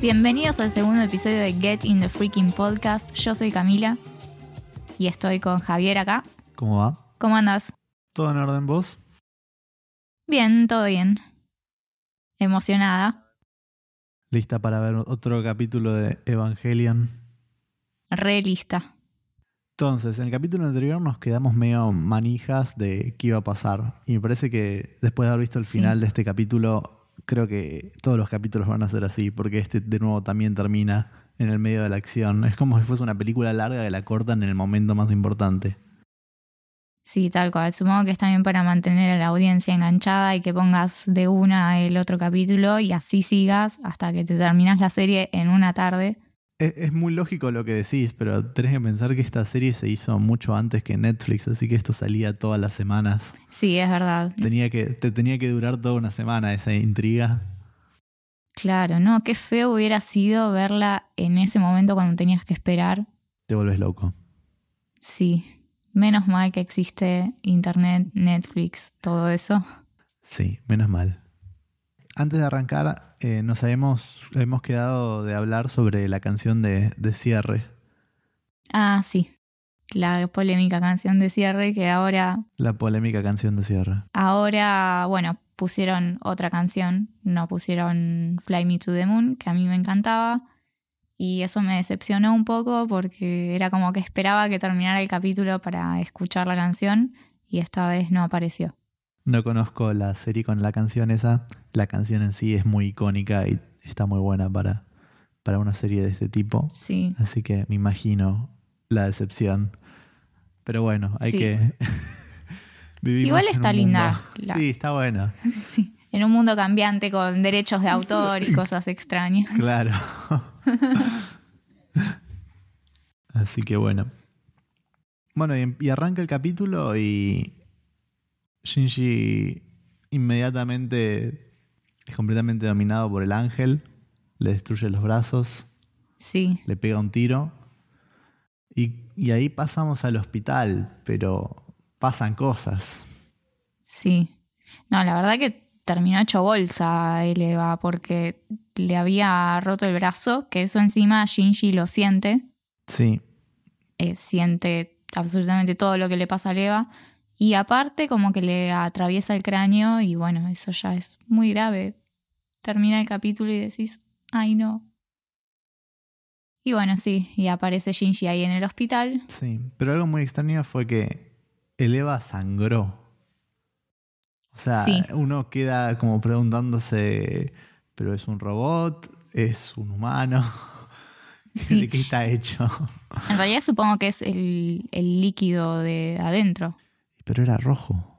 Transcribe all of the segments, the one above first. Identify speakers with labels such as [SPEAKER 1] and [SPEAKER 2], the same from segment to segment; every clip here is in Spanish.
[SPEAKER 1] Bienvenidos al segundo episodio de Get in the Freaking Podcast. Yo soy Camila y estoy con Javier acá.
[SPEAKER 2] ¿Cómo va?
[SPEAKER 1] ¿Cómo andas?
[SPEAKER 2] ¿Todo en orden vos?
[SPEAKER 1] Bien, todo bien. Emocionada,
[SPEAKER 2] ¿Lista para ver otro capítulo de Evangelion?
[SPEAKER 1] re lista.
[SPEAKER 2] Entonces, en el capítulo anterior nos quedamos medio manijas de qué iba a pasar. Y me parece que después de haber visto el
[SPEAKER 1] Sí.
[SPEAKER 2] final de este capítulo, creo que todos los capítulos van a ser así, porque este de nuevo también termina en el medio de la acción. Es como si fuese una película larga que la cortan en el momento más importante.
[SPEAKER 1] Sí, tal cual. Supongo que es también para mantener a la audiencia enganchada y que pongas de una el otro capítulo y así sigas hasta que te terminas la serie en una tarde.
[SPEAKER 2] Es, es muy lógico lo que decís, pero tenés que pensar que esta serie se hizo mucho antes que Netflix, así que esto salía todas las semanas.
[SPEAKER 1] Sí, es verdad.
[SPEAKER 2] Tenía que, te tenía que durar toda una semana esa intriga.
[SPEAKER 1] Claro, no, qué feo hubiera sido verla en ese momento cuando tenías que esperar.
[SPEAKER 2] Te vuelves loco.
[SPEAKER 1] Sí, menos mal que existe Internet, Netflix, todo eso.
[SPEAKER 2] Sí, menos mal. Antes de arrancar, eh, nos habíamos, hemos quedado de hablar sobre la canción de, de cierre.
[SPEAKER 1] Ah, sí, la polémica canción de cierre que ahora,
[SPEAKER 2] La polémica canción de cierre.
[SPEAKER 1] ahora, bueno, pusieron otra canción, no pusieron Fly Me to the Moon, que a mí me encantaba. Y eso me decepcionó un poco porque era como que esperaba que terminara el capítulo para escuchar la canción y esta vez no apareció.
[SPEAKER 2] No conozco la serie con la canción esa. La canción en sí es muy icónica y está muy buena para, para una serie de este tipo.
[SPEAKER 1] Sí,
[SPEAKER 2] Así que me imagino la decepción. Pero bueno, hay
[SPEAKER 1] Sí.
[SPEAKER 2] que... Vivimos
[SPEAKER 1] Igual
[SPEAKER 2] en
[SPEAKER 1] está
[SPEAKER 2] un
[SPEAKER 1] linda
[SPEAKER 2] mundo-
[SPEAKER 1] la-
[SPEAKER 2] Sí, está buena.
[SPEAKER 1] sí. En un mundo cambiante con derechos de autor y cosas extrañas.
[SPEAKER 2] Claro. Así que bueno. Bueno, y, em, y arranca el capítulo y Shinji inmediatamente es completamente dominado por el ángel, le destruye los brazos,
[SPEAKER 1] Sí,
[SPEAKER 2] le pega un tiro y, y ahí pasamos al hospital, pero pasan cosas.
[SPEAKER 1] sí. No, la verdad que terminó hecho bolsa el Eva porque le había roto el brazo, que eso encima Shinji lo siente,
[SPEAKER 2] Sí,
[SPEAKER 1] eh, siente absolutamente todo lo que le pasa al Eva y aparte como que le atraviesa el cráneo y bueno, eso ya es muy grave. Termina el capítulo y decís, ay no. Y bueno, sí, y aparece Shinji ahí en el hospital.
[SPEAKER 2] Sí, pero algo muy extraño fue que el Eva sangró. O sea,
[SPEAKER 1] Sí.
[SPEAKER 2] uno queda como preguntándose, ¿pero es un robot? ¿Es un humano?
[SPEAKER 1] Sí.
[SPEAKER 2] ¿De qué está hecho?
[SPEAKER 1] En realidad supongo que es el, el líquido de adentro.
[SPEAKER 2] Pero era rojo.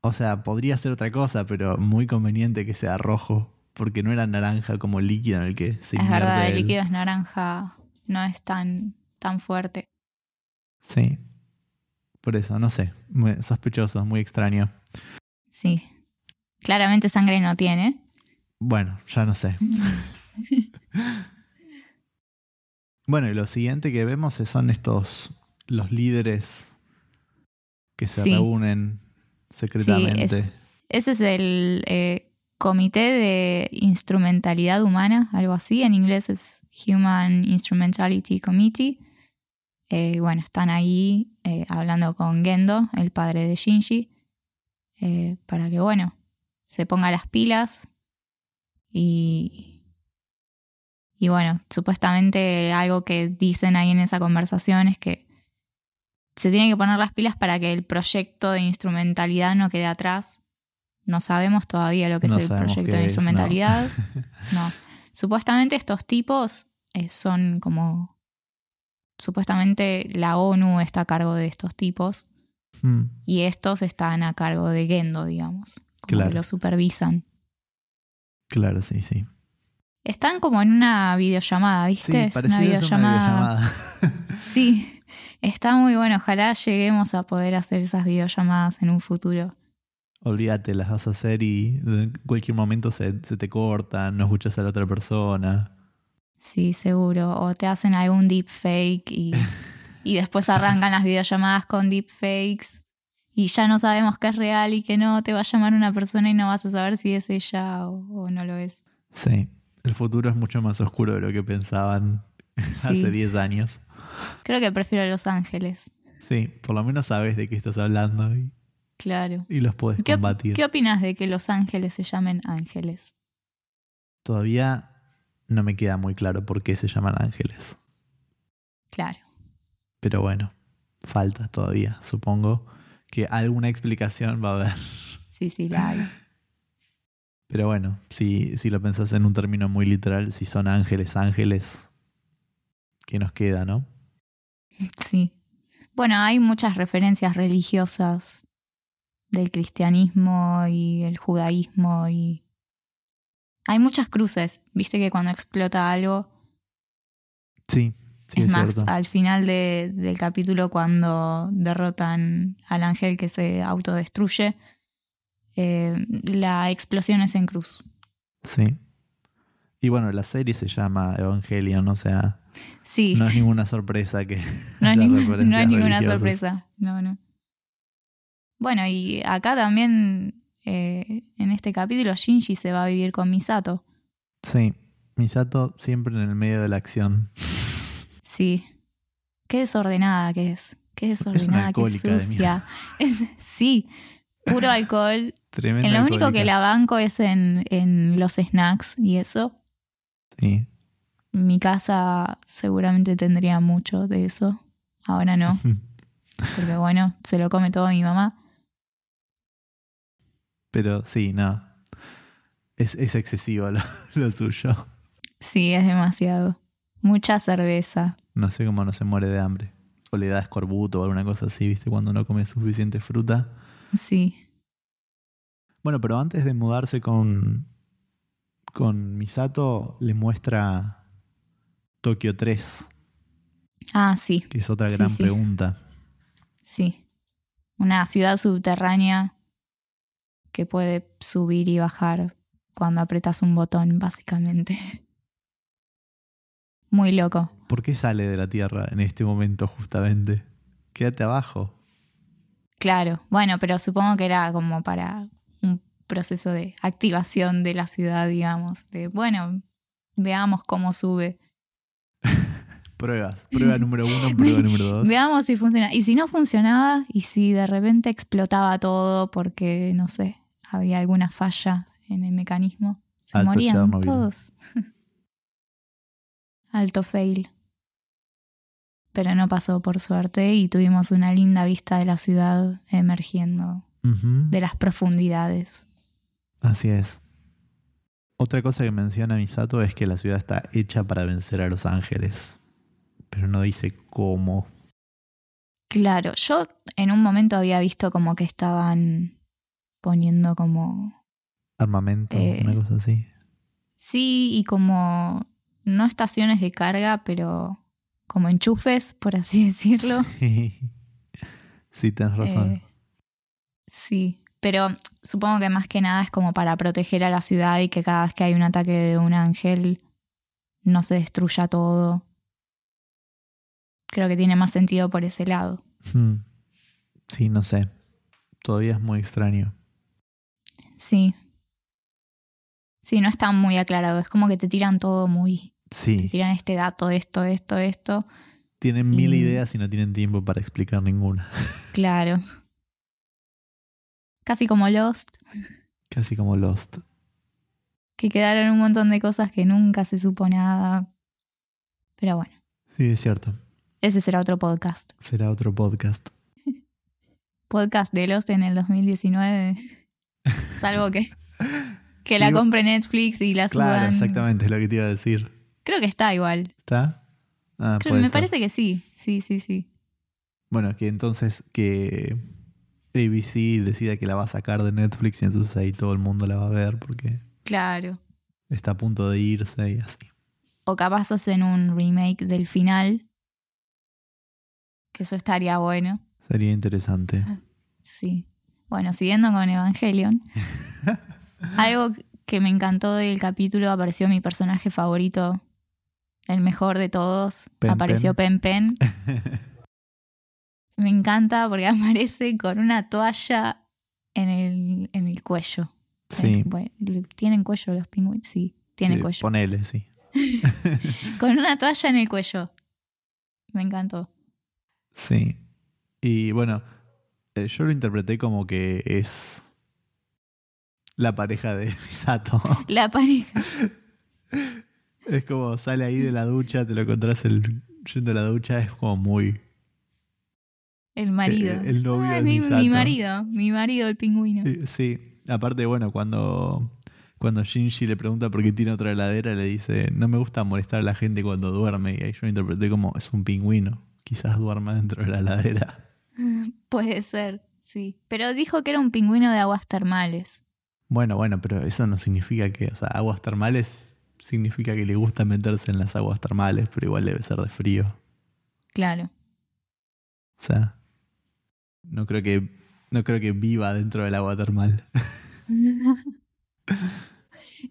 [SPEAKER 2] O sea, podría ser otra cosa, pero muy conveniente que sea rojo, porque no era naranja como líquido en el que se
[SPEAKER 1] es
[SPEAKER 2] invierte
[SPEAKER 1] verdad, el
[SPEAKER 2] el-
[SPEAKER 1] líquido es naranja, no es tan, tan fuerte.
[SPEAKER 2] Sí. Por eso, no sé, muy sospechoso, muy extraño.
[SPEAKER 1] Sí. Claramente sangre no tiene.
[SPEAKER 2] Bueno, ya no sé. Bueno, y lo siguiente que vemos es- son estos, los líderes que se
[SPEAKER 1] Sí.
[SPEAKER 2] reúnen secretamente.
[SPEAKER 1] es- Ese es el eh, Comité de Instrumentalidad Humana, algo así. En inglés es Human Instrumentality Committee. Eh, y bueno, están ahí eh, hablando con Gendo, el padre de Shinji, eh, para que, bueno, se ponga las pilas y... Y bueno, supuestamente algo que dicen ahí en esa conversación es que se tienen que poner las pilas para que el proyecto de instrumentalidad no quede atrás. No sabemos todavía lo que
[SPEAKER 2] No
[SPEAKER 1] es el
[SPEAKER 2] sabemos
[SPEAKER 1] proyecto
[SPEAKER 2] qué
[SPEAKER 1] de
[SPEAKER 2] es, no.
[SPEAKER 1] instrumentalidad. No. Supuestamente estos tipos eh, son como... Supuestamente la ONU está a cargo de estos tipos
[SPEAKER 2] Mm,
[SPEAKER 1] y estos están a cargo de Gendo, digamos. Como
[SPEAKER 2] Claro.
[SPEAKER 1] que lo supervisan.
[SPEAKER 2] claro, sí, sí.
[SPEAKER 1] Están como en una videollamada,
[SPEAKER 2] Sí,
[SPEAKER 1] ¿viste? Es
[SPEAKER 2] parecía ser
[SPEAKER 1] Sí, está muy bueno. Ojalá lleguemos a poder hacer esas videollamadas en un futuro.
[SPEAKER 2] Olvídate, las vas a hacer y en cualquier momento se, se te cortan, no escuchas a la otra persona.
[SPEAKER 1] Sí, seguro. O te hacen algún deepfake y, y después arrancan las videollamadas con deepfakes y ya no sabemos qué es real y qué no. Te va a llamar una persona y no vas a saber si es ella o, o no lo es.
[SPEAKER 2] Sí. El futuro es mucho más oscuro de lo que pensaban
[SPEAKER 1] Sí.
[SPEAKER 2] hace 10 años.
[SPEAKER 1] Creo que prefiero Los Ángeles.
[SPEAKER 2] Sí, por lo menos sabes de qué estás hablando y,
[SPEAKER 1] Claro.
[SPEAKER 2] y los podés
[SPEAKER 1] ¿Qué,
[SPEAKER 2] combatir.
[SPEAKER 1] ¿Qué opinas de que Los Ángeles se llamen Ángeles?
[SPEAKER 2] Todavía no me queda muy claro por qué se llaman ángeles.
[SPEAKER 1] Claro.
[SPEAKER 2] Pero bueno, falta todavía. Supongo que alguna explicación va a haber.
[SPEAKER 1] Sí, sí, la hay.
[SPEAKER 2] Pero bueno, si, si lo pensás en un término muy literal, si son ángeles, ángeles, ¿qué nos queda, no?
[SPEAKER 1] Sí. Bueno, hay muchas referencias religiosas del cristianismo y el judaísmo y hay muchas cruces. Viste que cuando explota algo,
[SPEAKER 2] Sí, sí, es,
[SPEAKER 1] es más,
[SPEAKER 2] cierto.
[SPEAKER 1] al final de- del capítulo cuando derrotan al ángel que se autodestruye, eh, la explosión es en cruz.
[SPEAKER 2] Sí. Y bueno, la serie se llama Evangelion, o sea,
[SPEAKER 1] Sí,
[SPEAKER 2] no es ninguna sorpresa que.
[SPEAKER 1] No es,
[SPEAKER 2] haya
[SPEAKER 1] ningún- no es
[SPEAKER 2] referencias
[SPEAKER 1] ninguna
[SPEAKER 2] religiosas.
[SPEAKER 1] sorpresa. No, no. Bueno, y acá también, eh, en este capítulo, Shinji se va a vivir con Misato.
[SPEAKER 2] Sí, Misato siempre en el medio de la acción.
[SPEAKER 1] Sí. Qué desordenada que es. Qué desordenada, qué
[SPEAKER 2] alcohólica de
[SPEAKER 1] sucia. Es, sí, puro alcohol.
[SPEAKER 2] Tremendo.
[SPEAKER 1] en lo único que la banco es en, en los snacks y eso.
[SPEAKER 2] Sí,
[SPEAKER 1] Mi casa seguramente tendría mucho de eso. Ahora no, porque bueno, se lo come todo mi mamá.
[SPEAKER 2] pero sí, no. Es, es excesivo lo, lo suyo.
[SPEAKER 1] Sí, es demasiado. Mucha cerveza.
[SPEAKER 2] No sé cómo no se muere de hambre. O le da escorbuto o alguna cosa así, ¿viste? Cuando no come suficiente fruta.
[SPEAKER 1] Sí.
[SPEAKER 2] Bueno, pero antes de mudarse con, con Misato, le muestra Tokio 3,
[SPEAKER 1] Ah, sí,
[SPEAKER 2] que es otra
[SPEAKER 1] Sí,
[SPEAKER 2] gran
[SPEAKER 1] sí.
[SPEAKER 2] pregunta.
[SPEAKER 1] sí. Una ciudad subterránea que puede subir y bajar cuando apretas un botón, básicamente. Muy loco.
[SPEAKER 2] ¿Por qué sale de la Tierra en este momento justamente? Quédate abajo.
[SPEAKER 1] Claro. Bueno, pero supongo que era como para un proceso de activación de la ciudad, digamos. De, bueno, veamos cómo sube.
[SPEAKER 2] Pruebas. Prueba número uno, prueba número dos.
[SPEAKER 1] Veamos si funciona. Y si no funcionaba, y si de repente explotaba todo porque, no sé, había alguna falla en el mecanismo. Se
[SPEAKER 2] Alto
[SPEAKER 1] morían
[SPEAKER 2] Chernobyl.
[SPEAKER 1] todos. Alto fail. Pero no pasó, por suerte, y tuvimos una linda vista de la ciudad emergiendo
[SPEAKER 2] Ujú.
[SPEAKER 1] de las profundidades.
[SPEAKER 2] Así es. Otra cosa que menciona Misato es que la ciudad está hecha para vencer a los ángeles. Pero no dice cómo.
[SPEAKER 1] Claro, yo en un momento había visto como que estaban poniendo como
[SPEAKER 2] Armamento,
[SPEAKER 1] Eh.
[SPEAKER 2] una cosa así.
[SPEAKER 1] Sí, y como no estaciones de carga, pero como enchufes, por así decirlo.
[SPEAKER 2] Sí, sí tenés razón.
[SPEAKER 1] Eh, sí, pero supongo que más que nada es como para proteger a la ciudad y que cada vez que hay un ataque de un ángel no se destruya todo. Creo que tiene más sentido por ese lado.
[SPEAKER 2] Hmm. Sí, no sé. Todavía es muy extraño.
[SPEAKER 1] Sí. Sí, no está muy aclarado. Es como que te tiran todo muy. Te
[SPEAKER 2] Sí,
[SPEAKER 1] tiran este dato, esto, esto, esto.
[SPEAKER 2] tienen mil
[SPEAKER 1] Y-
[SPEAKER 2] ideas y no tienen tiempo para explicar ninguna.
[SPEAKER 1] Claro. Casi como Lost,
[SPEAKER 2] Casi como Lost.
[SPEAKER 1] que quedaron un montón de cosas que nunca se supo nada. Pero bueno,
[SPEAKER 2] Sí, es cierto.
[SPEAKER 1] ese será otro podcast.
[SPEAKER 2] Será otro podcast.
[SPEAKER 1] Podcast de Lost en el 2019. Salvo que, que la
[SPEAKER 2] Digo-
[SPEAKER 1] compre Netflix y la suban.
[SPEAKER 2] Claro, exactamente, es lo que te iba a decir.
[SPEAKER 1] Creo que está igual.
[SPEAKER 2] ¿Está? Ah,
[SPEAKER 1] Creo-
[SPEAKER 2] puede
[SPEAKER 1] me
[SPEAKER 2] ser.
[SPEAKER 1] parece que sí. Sí, sí, sí.
[SPEAKER 2] Bueno, que entonces que ABC decida que la va a sacar de Netflix y entonces ahí todo el mundo la va a ver porque
[SPEAKER 1] Claro.
[SPEAKER 2] está a punto de irse y así.
[SPEAKER 1] O capaz hacen un remake del final. Que eso estaría bueno.
[SPEAKER 2] Sería interesante.
[SPEAKER 1] Sí. Bueno, siguiendo con Evangelion. algo que me encantó del capítulo apareció mi personaje favorito, el mejor de todos.
[SPEAKER 2] Pen
[SPEAKER 1] apareció Pen Pen. me encanta porque aparece con una toalla en el, en el cuello.
[SPEAKER 2] Sí,
[SPEAKER 1] Bueno, ¿Tienen cuello los pingüinos? Sí. tiene
[SPEAKER 2] Sí,
[SPEAKER 1] cuello.
[SPEAKER 2] Ponele, sí.
[SPEAKER 1] Con una toalla en el cuello. Me encantó.
[SPEAKER 2] Sí. Y bueno, eh, yo lo interpreté como que es la pareja de Misato.
[SPEAKER 1] La pareja.
[SPEAKER 2] es como sale ahí de la ducha, te lo encontrás el, yendo a la ducha, es como muy...
[SPEAKER 1] El marido.
[SPEAKER 2] Eh,
[SPEAKER 1] Ah,
[SPEAKER 2] El- el novio de
[SPEAKER 1] mi,
[SPEAKER 2] Misato.
[SPEAKER 1] mi marido. Mi marido, el pingüino.
[SPEAKER 2] eh, Sí, aparte, bueno, cuando, cuando Shinji le pregunta por qué tiene otra heladera, le dice, no me gusta molestar a la gente cuando duerme. Y ahí yo lo interpreté como, es un pingüino, quizás duerma dentro de la heladera.
[SPEAKER 1] Puede ser, sí. Pero dijo que era un pingüino de aguas termales.
[SPEAKER 2] Bueno, bueno, pero eso no significa que, o sea, aguas termales significa que le gusta meterse en las aguas termales, pero igual debe ser de frío.
[SPEAKER 1] Claro.
[SPEAKER 2] O sea, no creo que, no creo que viva dentro del agua termal.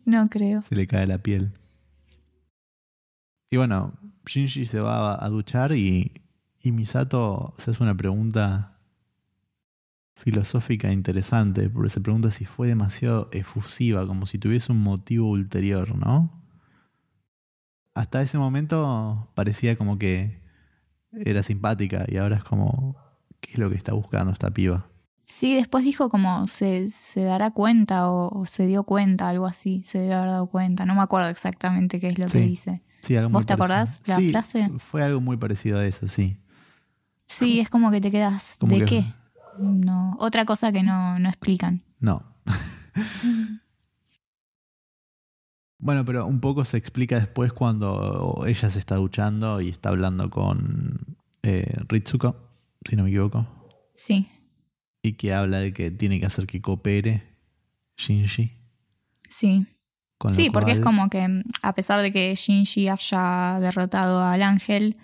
[SPEAKER 1] no creo.
[SPEAKER 2] Se le cae la piel. Y bueno, Shinji se va a, a duchar y, y Misato se hace una pregunta filosófica interesante, porque se pregunta si fue demasiado efusiva, como si tuviese un motivo ulterior, ¿no? Hasta ese momento parecía como que era simpática y ahora es como, ¿qué es lo que está buscando esta piba?
[SPEAKER 1] Sí, después dijo como se, se dará cuenta o, o se dio cuenta, algo así. Se debe haber dado cuenta. No me acuerdo exactamente qué es lo
[SPEAKER 2] Sí.
[SPEAKER 1] que dice.
[SPEAKER 2] Sí, algo
[SPEAKER 1] ¿Vos
[SPEAKER 2] muy
[SPEAKER 1] te
[SPEAKER 2] parecido.
[SPEAKER 1] acordás la
[SPEAKER 2] Sí,
[SPEAKER 1] frase?
[SPEAKER 2] Fue algo muy parecido a eso, sí.
[SPEAKER 1] Sí, es como que te quedas.
[SPEAKER 2] Como
[SPEAKER 1] ¿De
[SPEAKER 2] que-
[SPEAKER 1] qué? No. Otra cosa que no, no explican.
[SPEAKER 2] No. Bueno, pero un poco se explica después cuando ella se está duchando y está hablando con eh, Ritsuko, si no me equivoco,
[SPEAKER 1] Sí,
[SPEAKER 2] y que habla de que tiene que hacer que coopere Shinji.
[SPEAKER 1] sí.
[SPEAKER 2] Con lo
[SPEAKER 1] Sí, porque es
[SPEAKER 2] cual-
[SPEAKER 1] como que mm, a pesar de que Shinji haya derrotado al ángel,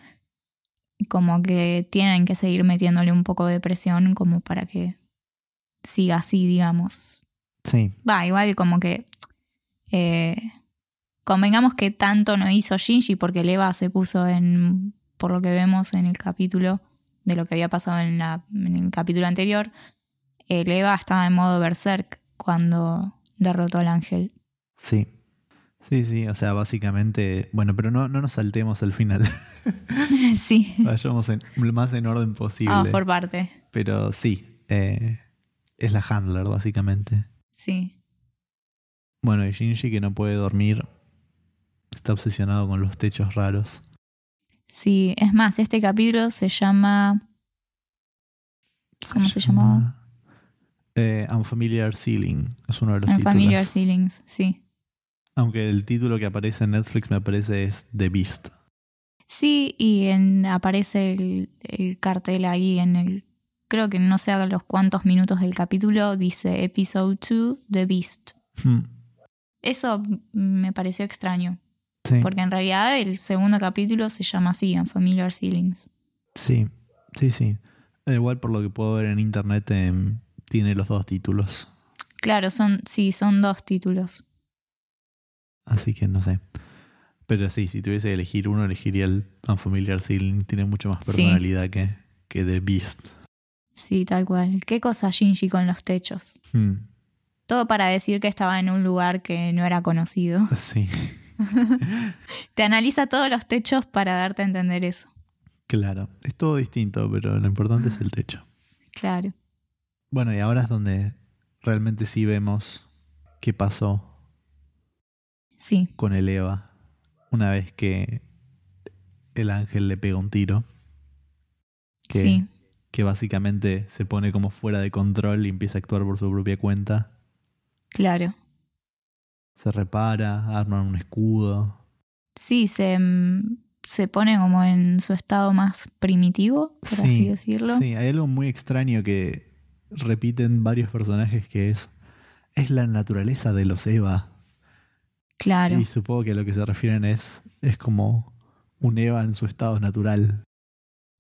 [SPEAKER 1] como que tienen que seguir metiéndole un poco de presión como para que siga así, digamos.
[SPEAKER 2] Sí,
[SPEAKER 1] Va, igual como que... eh, convengamos que tanto no hizo Shinji porque Leva se puso en, por lo que vemos en el capítulo, de lo que había pasado en, la, en el capítulo anterior, eh, Leva estaba en modo berserk cuando derrotó al ángel.
[SPEAKER 2] sí. Sí, sí, o sea, básicamente. Bueno, pero no, no nos saltemos al final.
[SPEAKER 1] sí.
[SPEAKER 2] Vayamos en- lo más en orden posible.
[SPEAKER 1] Ah, por parte,
[SPEAKER 2] Pero sí, eh, es la handler, básicamente.
[SPEAKER 1] sí.
[SPEAKER 2] Bueno, y Shinji que no puede dormir. Está obsesionado con los techos raros.
[SPEAKER 1] Sí, es más, este capítulo se llama... ¿Cómo se
[SPEAKER 2] llama? Eh, Unfamiliar Ceiling. Es uno de los
[SPEAKER 1] Unfamiliar
[SPEAKER 2] títulos.
[SPEAKER 1] Ceilings, sí.
[SPEAKER 2] Aunque el título que aparece en Netflix me parece es The Beast.
[SPEAKER 1] Sí, y en- aparece el, el cartel ahí en el... Creo que no sé a los cuántos minutos del capítulo, dice Episode 2, The Beast.
[SPEAKER 2] Hmm,
[SPEAKER 1] Eso mm, me pareció extraño,
[SPEAKER 2] Sí,
[SPEAKER 1] porque en realidad el segundo capítulo se llama así, Unfamiliar Ceilings.
[SPEAKER 2] sí, sí, sí. Eh, Igual por lo que puedo ver en internet em, tiene los dos títulos.
[SPEAKER 1] Claro, son, sí, son dos títulos.
[SPEAKER 2] Así que no sé. Pero sí, si tuviese que elegir uno, elegiría el Unfamiliar Ceiling. Tiene mucho más
[SPEAKER 1] Sí.
[SPEAKER 2] personalidad que, que The Beast.
[SPEAKER 1] Sí, tal cual. ¿Qué cosa Shinji con los techos?
[SPEAKER 2] Hmm,
[SPEAKER 1] Todo para decir que estaba en un lugar que no era conocido.
[SPEAKER 2] Sí,
[SPEAKER 1] Te analiza todos los techos para darte a entender eso.
[SPEAKER 2] claro. Es todo distinto, pero lo importante es el techo.
[SPEAKER 1] Claro.
[SPEAKER 2] Bueno, y ahora es donde realmente sí vemos qué pasó
[SPEAKER 1] Sí,
[SPEAKER 2] con el Eva una vez que el ángel le pega un tiro. Que,
[SPEAKER 1] sí.
[SPEAKER 2] que básicamente se pone como fuera de control y empieza a actuar por su propia cuenta.
[SPEAKER 1] Claro.
[SPEAKER 2] Se repara, arma un escudo.
[SPEAKER 1] Sí, se, mm, se pone como en su estado más primitivo, por
[SPEAKER 2] Sí,
[SPEAKER 1] así decirlo.
[SPEAKER 2] Sí, hay algo muy extraño que repiten varios personajes que es. Es la naturaleza de los Eva.
[SPEAKER 1] Claro.
[SPEAKER 2] Y supongo que a lo que se refieren es. es como un Eva en su estado natural.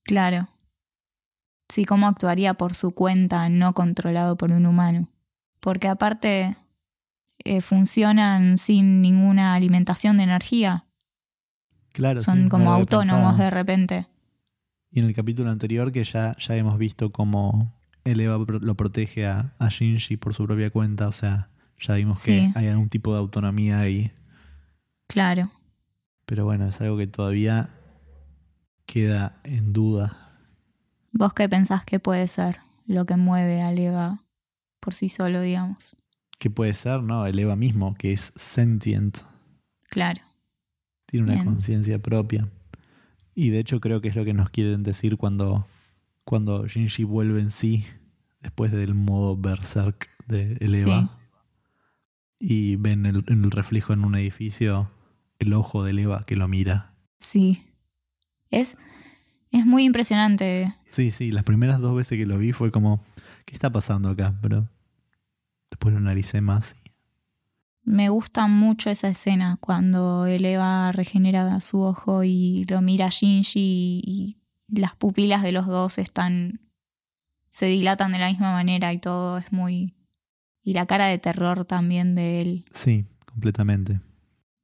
[SPEAKER 1] Claro. Sí, cómo actuaría por su cuenta, no controlado por un humano. Porque aparte eh, funcionan sin ninguna alimentación de energía.
[SPEAKER 2] Claro,
[SPEAKER 1] Son
[SPEAKER 2] sí, no
[SPEAKER 1] como
[SPEAKER 2] lo había
[SPEAKER 1] autónomos
[SPEAKER 2] pensado.
[SPEAKER 1] de repente.
[SPEAKER 2] Y en el capítulo anterior que ya, ya hemos visto cómo el Eva pro- lo protege a, a Shinji por su propia cuenta, o sea, ya vimos
[SPEAKER 1] Sí.
[SPEAKER 2] que hay algún tipo de autonomía ahí.
[SPEAKER 1] Claro.
[SPEAKER 2] Pero bueno, es algo que todavía queda en duda.
[SPEAKER 1] ¿Vos qué pensás que puede ser lo que mueve al EVA por sí solo, digamos?
[SPEAKER 2] ¿Qué puede ser? No, el EVA mismo, que es sentient,
[SPEAKER 1] Claro.
[SPEAKER 2] tiene una
[SPEAKER 1] Bien.
[SPEAKER 2] conciencia propia. Y de hecho creo que es lo que nos quieren decir cuando, cuando Shinji vuelve en sí después del modo berserk de el
[SPEAKER 1] Sí.
[SPEAKER 2] EVA. Y ven el- en el reflejo en un edificio el ojo del EVA que lo mira.
[SPEAKER 1] Sí. Es, es muy impresionante.
[SPEAKER 2] Sí, sí, las primeras dos veces que lo vi fue como, ¿qué está pasando acá? Pero después lo analicé más. y-
[SPEAKER 1] Me gusta mucho esa escena cuando el Eva regenera su ojo y lo mira a Shinji y, y las pupilas de los dos están. se dilatan de la misma manera y todo es muy. Y la cara de terror también de él.
[SPEAKER 2] Sí, completamente.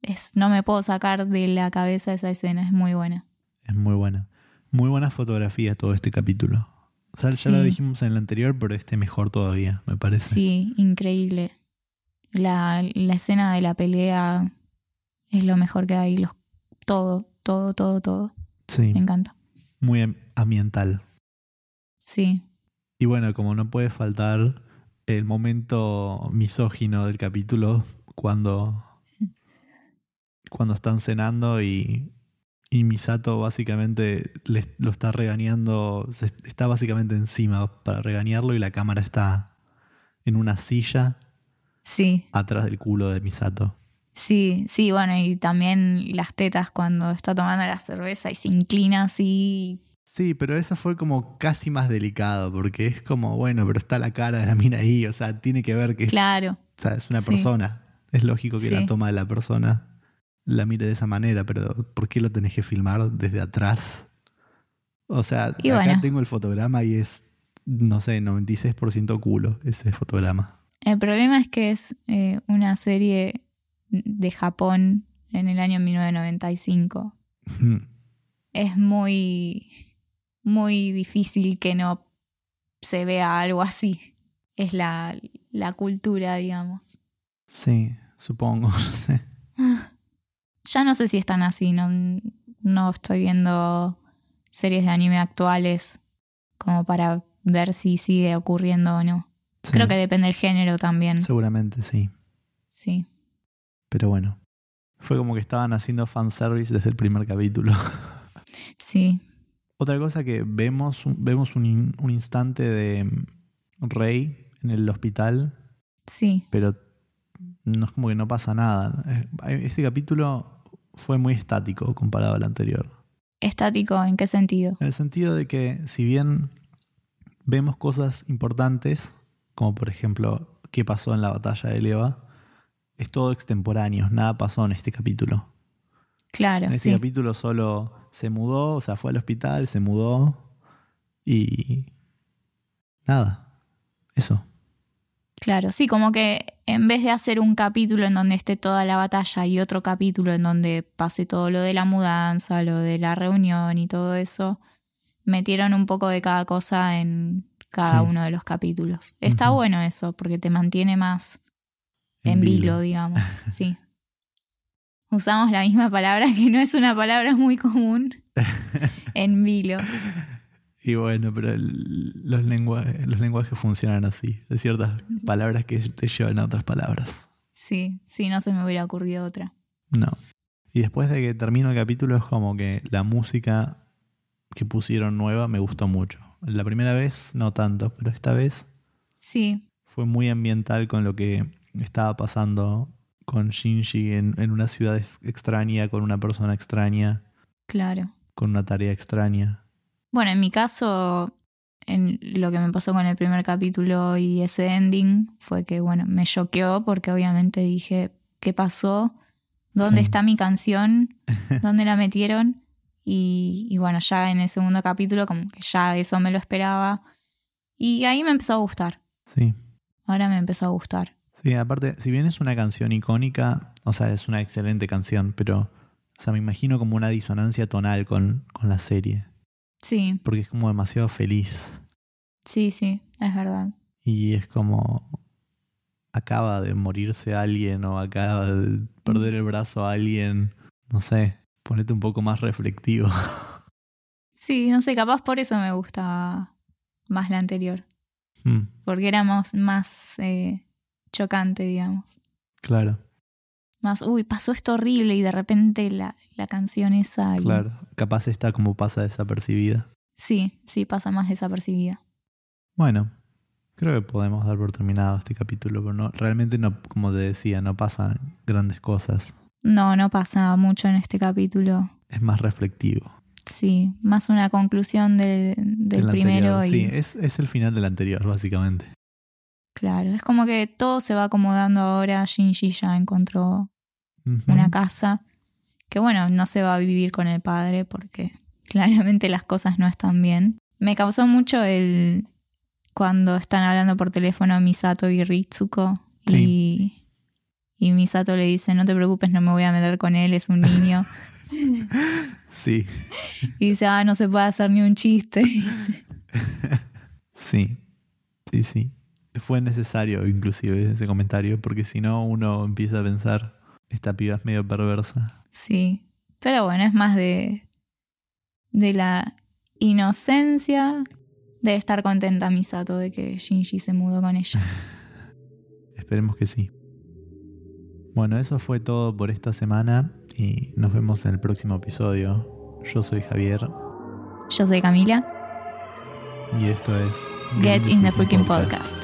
[SPEAKER 1] Es, no me puedo sacar de la cabeza esa escena, es muy buena.
[SPEAKER 2] Es muy buena. Muy buena fotografía todo este capítulo. O sea, ya lo
[SPEAKER 1] Sí.
[SPEAKER 2] dijimos en el anterior, pero este mejor todavía, me parece.
[SPEAKER 1] Sí, increíble. La, la escena de la pelea es lo mejor que hay. Los, todo, todo, todo, todo.
[SPEAKER 2] Sí,
[SPEAKER 1] Me encanta.
[SPEAKER 2] muy am- ambiental.
[SPEAKER 1] Sí,
[SPEAKER 2] Y bueno, como no puede faltar el momento misógino del capítulo, cuando, cuando están cenando y, y Misato básicamente les- lo está regañando, se- está básicamente encima para regañarlo y la cámara está en una silla
[SPEAKER 1] sí,
[SPEAKER 2] atrás del culo de Misato.
[SPEAKER 1] sí, sí. Bueno, y también las tetas cuando está tomando la cerveza y se inclina así.
[SPEAKER 2] Sí, pero eso fue como casi más delicado, porque es como, bueno, pero está la cara de la mina ahí, o sea, tiene que ver que
[SPEAKER 1] Claro,
[SPEAKER 2] O sea, es una
[SPEAKER 1] Sí.
[SPEAKER 2] persona. Es lógico que la
[SPEAKER 1] Sí.
[SPEAKER 2] toma de la persona la mire de esa manera, pero ¿por qué lo tenés que filmar desde atrás? O sea,
[SPEAKER 1] Y
[SPEAKER 2] acá
[SPEAKER 1] bueno.
[SPEAKER 2] tengo el fotograma y es, no sé, 96% culo ese fotograma.
[SPEAKER 1] el problema es que es eh, una serie de Japón en el año 1995. es muy, muy difícil que no se vea algo así. Es la, la cultura, digamos.
[SPEAKER 2] sí, supongo, no sé.
[SPEAKER 1] Ya no sé si están así, no, no estoy viendo series de anime actuales como para ver si sigue ocurriendo o no.
[SPEAKER 2] Sí,
[SPEAKER 1] Creo que depende del género también.
[SPEAKER 2] Seguramente sí.
[SPEAKER 1] Sí,
[SPEAKER 2] Pero bueno. Fue como que estaban haciendo fanservice desde el primer capítulo.
[SPEAKER 1] sí,
[SPEAKER 2] Otra cosa que vemos, un- vemos un, in- un instante de mm, Rey en el hospital
[SPEAKER 1] sí,
[SPEAKER 2] pero no es como que no pasa nada. Eh, Este capítulo fue muy estático comparado al anterior.
[SPEAKER 1] estático, ¿en qué sentido?
[SPEAKER 2] En el sentido de que si bien vemos cosas importantes, como por ejemplo qué pasó en la batalla de Leva, es todo extemporáneo, nada pasó en este capítulo.
[SPEAKER 1] Claro,
[SPEAKER 2] En este
[SPEAKER 1] sí,
[SPEAKER 2] capítulo solo se mudó, o sea, fue al hospital, se mudó y nada. Eso.
[SPEAKER 1] claro, sí, como que en vez de hacer un capítulo en donde esté toda la batalla y otro capítulo en donde pase todo lo de la mudanza, lo de la reunión y todo eso, metieron un poco de cada cosa en cada
[SPEAKER 2] Sí.
[SPEAKER 1] uno de los capítulos. Está
[SPEAKER 2] Ujú.
[SPEAKER 1] bueno eso, porque te mantiene más en, vilo, digamos. Sí. Usamos la misma palabra, que no es una palabra muy común. en vilo.
[SPEAKER 2] Y bueno, pero el- los, lengua- los lenguajes funcionan así. Hay ciertas palabras que te llevan a otras palabras.
[SPEAKER 1] Sí, sí, no se me hubiera ocurrido otra.
[SPEAKER 2] No. Y después de que termino el capítulo es como que la música que pusieron nueva me gustó mucho. La primera vez no tanto, pero esta vez
[SPEAKER 1] Sí,
[SPEAKER 2] fue muy ambiental con lo que estaba pasando con Shinji en, en una ciudad ex- extraña, con una persona extraña,
[SPEAKER 1] claro.
[SPEAKER 2] con una tarea extraña.
[SPEAKER 1] Bueno, en mi caso, en lo que me pasó con el primer capítulo y ese ending fue que, bueno, me choqueó porque obviamente dije, ¿qué pasó? ¿Dónde
[SPEAKER 2] Sí.
[SPEAKER 1] está mi canción? ¿Dónde la metieron? Y, y bueno, ya en el segundo capítulo, como que ya eso me lo esperaba. Y ahí me empezó a gustar.
[SPEAKER 2] Sí.
[SPEAKER 1] Ahora me empezó a gustar.
[SPEAKER 2] Sí, aparte, si bien es una canción icónica, o sea, es una excelente canción, pero, o sea, me imagino como una disonancia tonal con, con la serie,
[SPEAKER 1] Sí,
[SPEAKER 2] porque es como demasiado feliz
[SPEAKER 1] sí, sí, es verdad.
[SPEAKER 2] y es como, acaba de morirse alguien o acaba de perder el brazo a alguien, no sé, ponete un poco más reflectivo.
[SPEAKER 1] Sí, no sé, capaz por eso me gusta más la anterior.
[SPEAKER 2] Mm,
[SPEAKER 1] Porque era más, más eh, chocante, digamos.
[SPEAKER 2] claro,
[SPEAKER 1] Más, uy, pasó esto horrible y de repente la, la canción esa. y-
[SPEAKER 2] claro. Mm. Capaz está como pasa desapercibida.
[SPEAKER 1] Sí, sí, pasa más desapercibida.
[SPEAKER 2] Bueno, creo que podemos dar por terminado este capítulo, pero no, realmente no, como te decía, no pasan grandes cosas.
[SPEAKER 1] No, no pasa mucho en este capítulo.
[SPEAKER 2] Es más reflectivo.
[SPEAKER 1] Sí, más una conclusión del, del
[SPEAKER 2] que el
[SPEAKER 1] primero
[SPEAKER 2] anterior.
[SPEAKER 1] y.
[SPEAKER 2] Sí, es, es el final del anterior, básicamente.
[SPEAKER 1] Claro, es como que todo se va acomodando ahora. Shinji ya encontró
[SPEAKER 2] Ujú.
[SPEAKER 1] una casa que bueno, no se va a vivir con el padre porque claramente las cosas no están bien. Me causó mucho el cuando están hablando por teléfono Misato y Ritsuko y, y Misato le dice, no te preocupes, no me voy a meter con él, es un niño.
[SPEAKER 2] Sí,
[SPEAKER 1] y dice, ah, no se puede hacer ni un chiste. Y dice,
[SPEAKER 2] sí, sí, sí. Fue necesario inclusive ese comentario, porque si no uno empieza a pensar, esta piba es medio perversa.
[SPEAKER 1] sí, pero bueno, es más de, de la inocencia de estar contenta Misato de que Shinji se mudó con ella.
[SPEAKER 2] Esperemos que sí. Bueno, eso fue todo por esta semana y nos vemos en el próximo episodio. Yo soy Javier
[SPEAKER 1] Yo soy Camila.
[SPEAKER 2] y esto es
[SPEAKER 1] Get in the Freaking Podcast.